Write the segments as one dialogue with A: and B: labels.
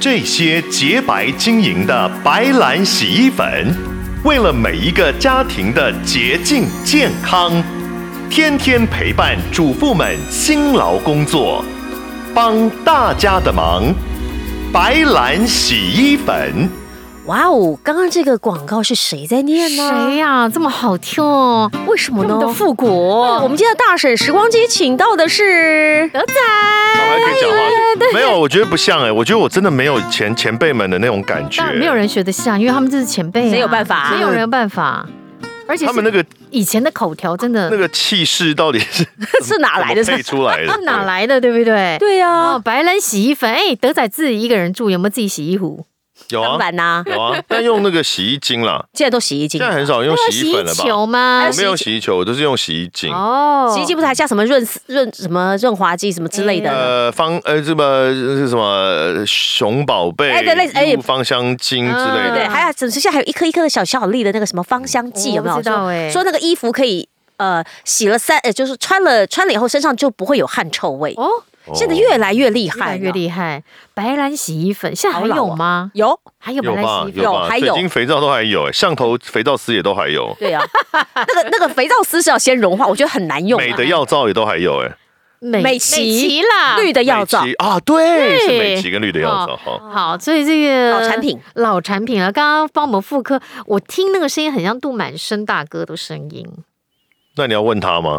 A: 这些洁白晶莹的白兰洗衣粉，为了每一个家庭的洁净健康，天天陪伴主妇们辛劳工作，帮大家的忙。白兰洗衣粉。
B: 哇哦，刚刚这个广告是谁在念呢？
C: 谁呀、这么好听哦？
B: 为什么
C: 这么嗯的
B: 呢？
C: 复古，
B: 我们今天的大婶时光机请到的是
C: 德仔，哎
A: 还可以讲话，没有，我觉得不像哎、我觉得我真的没有前前辈们的那种感觉
C: 当，然没有人学得像，因为他们这是前辈、啊，
B: 谁有办法啊
C: 没有人有办法。而且
A: 他们那
C: 是
A: 个
C: 以前的口条真的
A: 那个气势到底是
B: 是哪来的
A: 怎么配出来的？
C: 是哪来的，对不对？
B: 对呀、
C: 哦，白兰洗衣粉，哎，德仔自己一个人住，有没有自己洗衣壶？
A: 有
B: 当
A: 啊
B: 然啦、
A: 有啊，但用那个洗衣精啦，
B: 现在都洗衣精
A: 现，在很少用洗衣粉了
C: 洗
A: 吧
C: 衣？球吗
A: 我？没有洗衣球，我都是用洗衣精。
C: 哦
B: 洗衣机不是还加什么润丝润什么润滑剂什么之类的？
A: 呃，方呃，这么是什么呃熊宝贝，
B: 哎对类似哎
A: 衣物芳香精之类
B: 对，
A: 的，
B: 还有总之现在还有一颗一颗的小小粒的那个什么芳香剂，
C: 我
B: 有没有？
C: 不知道
B: 说
C: 哎
B: 说那个衣服可以呃洗了三，呃就是穿了穿了以后身上就不会有汗臭味。
C: 哦，
B: 现在越来越厉
C: 越来
B: 害，
C: 越厉害。白兰洗衣粉现在
B: 好
C: 还
B: 老
C: 有
B: 啊
C: 吗？
B: 有。
C: 还有白
A: 有
C: 兰
A: 吧
C: 洗衣粉
B: 有
A: 有吧，
B: 还
A: 水
B: 有
A: 晶肥皂都还有，哎，上头肥皂丝也都还有，
B: 对啊，那个那个肥皂丝是要先融化，我觉得很难用、啊。
A: 美的药皂也都还有，哎，
C: 美
B: 美琪
C: 琪啦，
B: 绿的药皂
A: 美，琪啊，对，是美
C: 对哦
A: 琪跟绿的药皂哈。
C: 好，所以这个
B: 嗯老产品，
C: 老产品了。刚刚帮我们复刻，我听那个声音很像杜满生大哥的声音。
A: 那你要问他吗？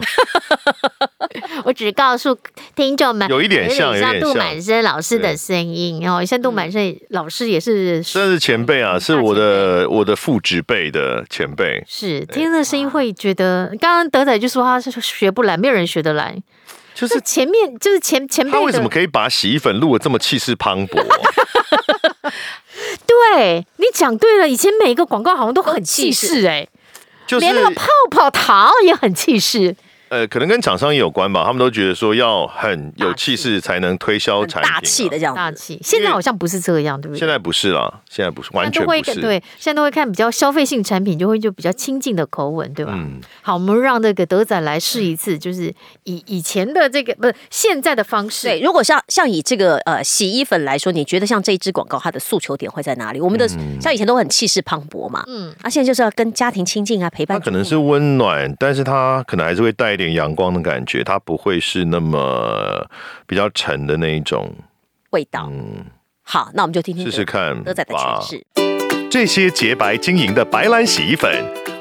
C: 我只告诉听众们，
A: 有一点像
C: 有
A: 有
C: 像
A: 点像
C: 杜满生老师的声音哦。像杜满生老师也是
A: 这是前辈啊，是我的我的父职辈的前辈。
C: 是听那声音会觉得，刚刚德仔就说他是学不来，没有人学得来。
A: 就
C: 这
A: 是
C: 前面就是前前辈
A: 他
C: 的，
A: 为什么可以把洗衣粉录的这么气势磅礴？
C: 对你讲对了，以前每一个广告好像都很气势哎、
A: 就是
C: 连那个泡泡糖也很气势，
A: 呃，可能跟厂商也有关吧，他们都觉得说要很有气势才能推销
B: 很
A: 产品、啊。
B: 大气的这样
C: 大
B: 子，
C: 气。现在好像不是这样，对不对？
A: 现在不是啦，现在不是，完
C: 那
A: 全
C: 都
A: 不
C: 会
A: 是。
C: 对，现在都会看比较消费性产品，就会就比较亲近的口吻，对吧？
A: 嗯
C: 好，我们让那个德仔来试一次，就是以以前的这个不是现在的方式，
B: 对，，如果像像以这个呃洗衣粉来说，你觉得像这一支广告它的诉求点会在哪里？我们的、
A: 嗯
B: 像以前都很气势磅礴嘛，嗯，啊，现在就是要跟家庭亲近啊，陪伴
A: 它
B: 主妇。
A: 可能是温暖，但是它可能还是会带一点阳光的感觉，它不会是那么比较沉的那一种。
B: 味道。好，那我们就听
A: 嗯
B: 听
A: 试试看
B: 德仔的
A: 吧
B: 诠释。
A: 这些洁白晶莹的白兰洗衣粉，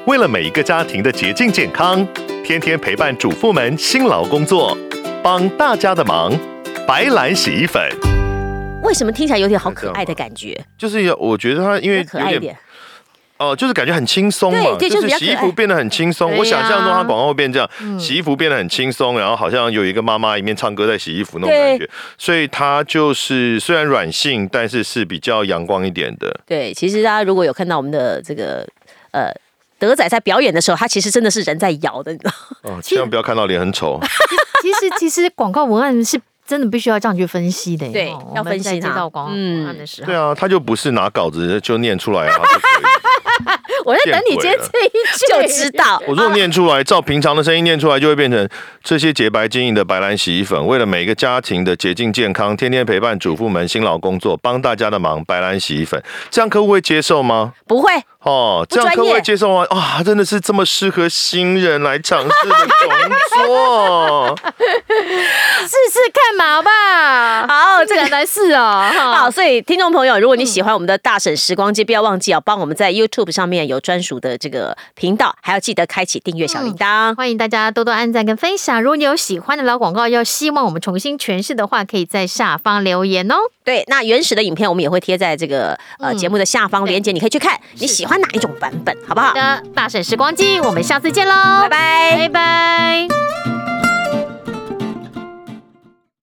A: 为了每一个家庭的洁净健康，天天陪伴主妇们辛劳工作，帮大家的忙。白兰洗衣粉
B: 为什么听起来有点好
A: 这
B: 可
A: 样
B: 爱的
A: 吧
B: 感觉？
A: 就是有，我觉得它因为
B: 比较可爱一
A: 有点
B: 点，
A: 哦、就是感觉很轻松嘛，
B: 对对
A: 就
B: 就
A: 是
B: 是比较
A: 洗衣
B: 可爱
A: 服变得很轻松。
C: 对
A: 我想象中它广告会变这样，
C: 嗯
A: 洗衣服变得很轻松，然后好像有一个妈妈一面唱歌在洗衣服那种感觉，所以它就是虽然软性，但是是比较阳光一点的。
B: 对，其实大家如果有看到我们的这个呃。德仔在表演的时候，他其实真的是人在摇的，你知道吗？
A: 哦，千万不要看到脸很丑。
C: 其实 其实广告文案是真的必须要这样去分析的，
B: 对
C: 哦
B: 要
C: 我们在
B: 分析它
C: 接到广告文案的时候，
A: 对啊，他就不是拿稿子就念出来啊，就 可以。
C: 我在等你接
A: 见鬼了
C: 这一
B: 就
C: 句，
B: 知 道
A: 我如果念出来，照平常的声音念出来，就会变成这些洁白晶莹的白兰洗衣粉，为了每个家庭的洁净健康，天天陪伴主妇们辛劳工作，帮大家的忙。白兰洗衣粉，这样客户会接受吗？
B: 不会，
A: 哦，这样
B: 不专业
A: 客户会接受吗？哇，真的是这么适合新人来尝试的工作。
C: 试试看嘛，好不好？
B: 好，这
C: 这
B: 个
C: 个来试哦，哈
B: 好，所以听众朋友，如果你喜欢我们的大婶时光机，不要忘记哦，帮我们在 YouTube 上面有专属的这个频道，还要记得开启订阅小铃铛。
C: 欢迎大家多多按赞跟分享。如果你有喜欢的老广告，要希望我们重新诠释的话，可以在下方留言哦。
B: 对，那原始的影片我们也会贴在这个呃节目的下方链接，你可以去看你喜欢哪一种版本，好不好？
C: 那大婶时光机，我们下次见喽，
B: 嗯拜拜。
C: 拜拜